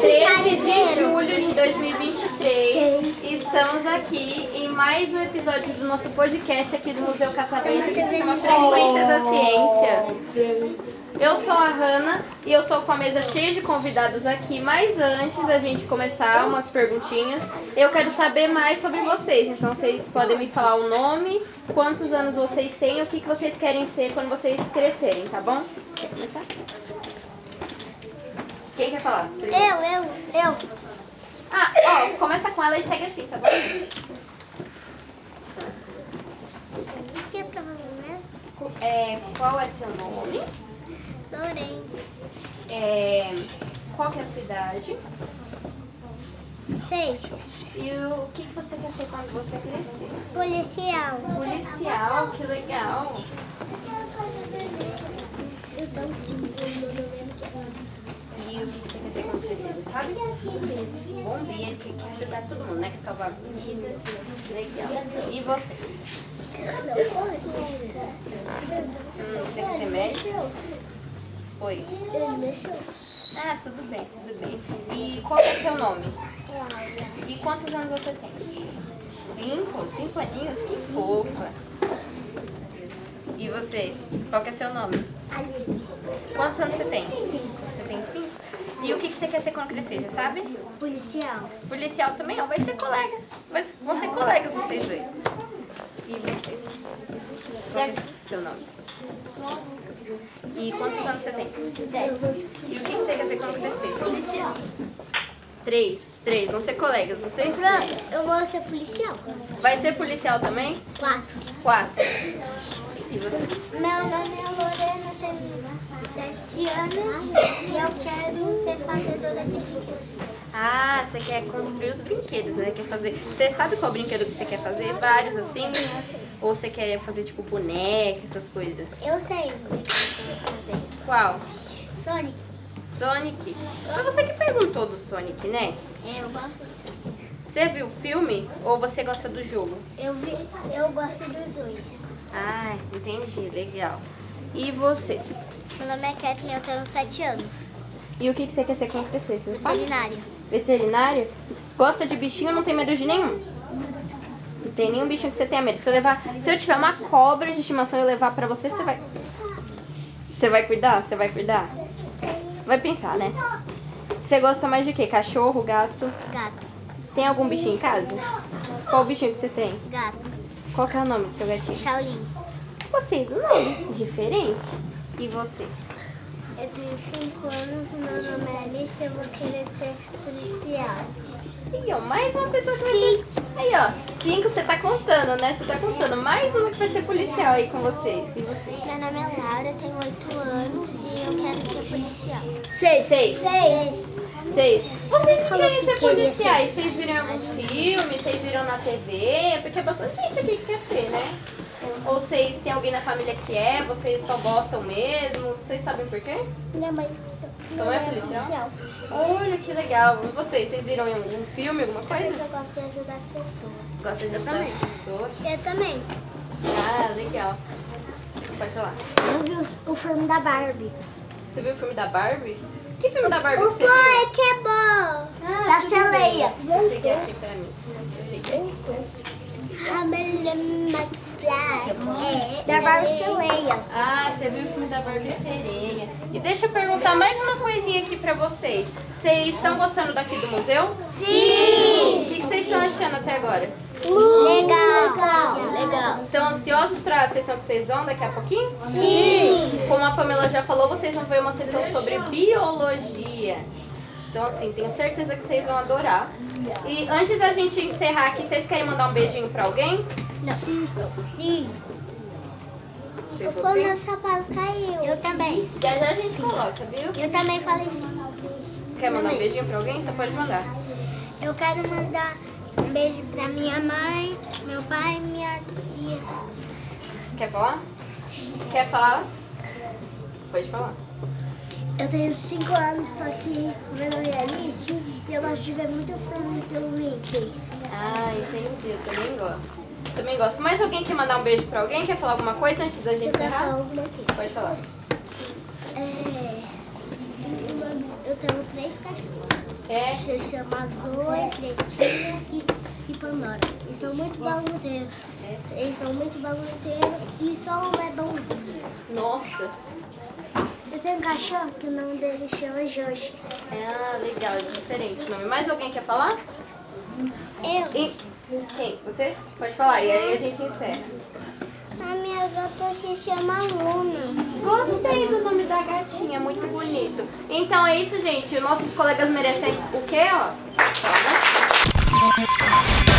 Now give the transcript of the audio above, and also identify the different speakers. Speaker 1: 13 de julho de 2023. Estamos aqui em mais um episódio do nosso podcast aqui do Museu Catavento, que se chama Frequência da Ciência. Eu sou a Hanna e eu tô com a mesa cheia de convidados aqui, mas antes da gente começar umas perguntinhas, eu quero saber mais sobre vocês. Então vocês podem me falar o nome, quantos anos vocês têm, o que, que vocês querem ser quando vocês crescerem, tá bom? Quer começar? Quem quer falar? Primeiro?
Speaker 2: Eu, eu, eu.
Speaker 1: Ah, ó, começa com ela e segue assim, tá bom?
Speaker 2: O que é pra você, né?
Speaker 1: É, qual é seu nome?
Speaker 2: Dorente.
Speaker 1: É, qual que é a sua idade?
Speaker 2: Seis.
Speaker 1: E o que, que você quer ser quando você crescer?
Speaker 2: Policial.
Speaker 1: Policial, que legal.
Speaker 2: Eu dou cinco.
Speaker 1: E o que, que você quer ser quando crescer, você sabe? Bombeiro, que quer ajudar todo mundo, né? Quer salvar vidas. Legal. E você? Hum, você quer ser médico? Oi. Ah, tudo bem, tudo bem. E qual é o seu nome? E quantos anos você tem? Cinco? Cinco aninhos? Que fofa! E você? Qual que é seu nome?
Speaker 2: Alice.
Speaker 1: Quantos anos você tem? Cinco. Você tem cinco? E o que, que você quer ser quando crescer, já sabe?
Speaker 2: Policial.
Speaker 1: Policial também, ó. Vai ser colega. Vai, ser- vão ser colegas vocês dois. E você? Qual que é seu nome? E quantos anos você tem? E o que que você quer ser quando crescer?
Speaker 2: Policial.
Speaker 1: Três. Três. Vão ser colegas, vocês?
Speaker 2: Pronto, eu vou ser policial.
Speaker 1: Vai ser policial também?
Speaker 2: Quatro.
Speaker 1: Quatro. E você?
Speaker 2: Meu nome é Lorena, tenho sete anos e eu quero ser fazedora de brinquedos.
Speaker 1: Ah, você quer construir os brinquedos, né? Quer fazer. Você sabe qual brinquedo que você quer fazer? Vários assim? Ou você quer fazer tipo boneca, essas coisas?
Speaker 2: Eu sei. o brinquedo que eu
Speaker 1: Qual?
Speaker 2: sei. Sonic.
Speaker 1: Sonic? Foi você que perguntou do Sonic, né?
Speaker 2: É, eu gosto do Sonic.
Speaker 1: Você viu o filme ou você gosta do jogo?
Speaker 2: Eu, vi, eu gosto dos dois.
Speaker 1: Ah, entendi, legal. E você?
Speaker 2: Meu nome é Kathleen, eu tenho 7 anos.
Speaker 1: E o que que você quer ser quando crescer? Você sabe?
Speaker 2: Veterinária.
Speaker 1: Veterinário? Gosta de bichinho, não tem medo de nenhum? Não tem nenhum bichinho que você tenha medo. Se eu levar, se eu tiver uma cobra de estimação e eu levar pra você, você vai Você vai cuidar? Você vai cuidar? Vai pensar, né? Você gosta mais de quê? Cachorro, gato?
Speaker 2: Gato.
Speaker 1: Tem algum bichinho em casa? Qual bichinho que você tem?
Speaker 2: Gato.
Speaker 1: Qual que é o nome do seu gatinho?
Speaker 2: Shaolin.
Speaker 1: Gostei do nome. Diferente. E você?
Speaker 2: Eu tenho 5 anos, meu nome é Alice, eu vou querer ser policial.
Speaker 1: Aí, ó, mais uma pessoa que vai ser. Aí, ó, cinco você tá contando, né? Você tá contando. Mais uma que vai ser policial aí com vocês. E você?
Speaker 2: Meu nome é Laura, tenho 8 anos e eu quero ser policial.
Speaker 1: Seis. Seis.
Speaker 2: 6.
Speaker 1: Seis. Vocês que
Speaker 2: Falou
Speaker 1: querem
Speaker 2: que
Speaker 1: ser
Speaker 2: queria
Speaker 1: policiais, vocês viram em algum filme, vocês viram na TV, porque é bastante gente aqui que quer ser, né? Ou vocês têm alguém na família que é, vocês só gostam mesmo, vocês sabem por quê?
Speaker 2: Minha mãe.
Speaker 1: Então é policial? Olha que legal. E vocês, vocês viram em algum filme, alguma coisa?
Speaker 2: Eu gosto de ajudar as pessoas.
Speaker 1: Gosta de ajudar as pessoas?
Speaker 2: Eu também.
Speaker 1: Ah, legal. Pode falar.
Speaker 2: Eu vi o, filme da Barbie.
Speaker 1: Você viu o filme da Barbie? Que filme da Barbie
Speaker 2: O
Speaker 1: que você viu?
Speaker 2: que é bom.
Speaker 1: Ah,
Speaker 2: da
Speaker 1: tudo bem.
Speaker 2: Sereia.
Speaker 1: Deixa eu pegar aqui pra mim. Deixa eu pegar aqui.
Speaker 2: Da Barbie Sereia.
Speaker 1: Ah, você viu o filme da Barbie Sereia. E deixa eu perguntar mais uma coisinha aqui pra vocês. Vocês estão gostando daqui do museu? Sim! O que que vocês estão achando até agora?
Speaker 2: Legal. Legal.
Speaker 1: Estão ansiosos pra sessão que vocês vão daqui a pouquinho?
Speaker 2: Sim.
Speaker 1: Como a Pamela já falou, vocês vão ver uma sessão sobre biologia. Então, assim, tenho certeza que vocês vão adorar. E antes da gente encerrar aqui, vocês querem mandar um beijinho pra alguém?
Speaker 2: Não. Sim. Sim.
Speaker 1: Vocês
Speaker 2: O meu
Speaker 1: vão
Speaker 2: sapato caiu. Eu também.
Speaker 1: já já a gente coloca, viu?
Speaker 2: Eu também falei isso.
Speaker 1: Quer mandar um beijinho pra alguém? Então pode mandar.
Speaker 2: Eu quero mandar um beijo pra minha mãe, meu pai e minha tia.
Speaker 1: Quer falar? Quer falar? Pode falar.
Speaker 2: Eu tenho 5 anos, só que meu nome é Alice e eu gosto de ver muito filme do Mickey.
Speaker 1: Ah, entendi. Eu também gosto. Também gosto. Mais alguém quer mandar um beijo pra alguém? Quer falar alguma coisa antes da gente
Speaker 2: Eu quero falar
Speaker 1: encerrar?
Speaker 2: alguma coisa.
Speaker 1: Pode falar.
Speaker 2: É, eu tenho três cachorros.
Speaker 1: É?
Speaker 2: Se chama Zoe, Pretinha e, e Pandora. E são muito baludeiros. Eles são muito baludeiros e só um é bonzinho.
Speaker 1: Nossa.
Speaker 2: Eu tenho um cachorro que o nome dele chama Josh.
Speaker 1: Ah, legal. É diferente o nome. Mais alguém quer falar?
Speaker 2: Eu,
Speaker 1: E... Quem? Você? Pode falar. E aí a gente encerra.
Speaker 2: a minha gata se chama Luna.
Speaker 1: Gostei do nome da gatinha, muito bonito. Então é isso, gente. Nossos colegas merecem o quê, ó? Palmas.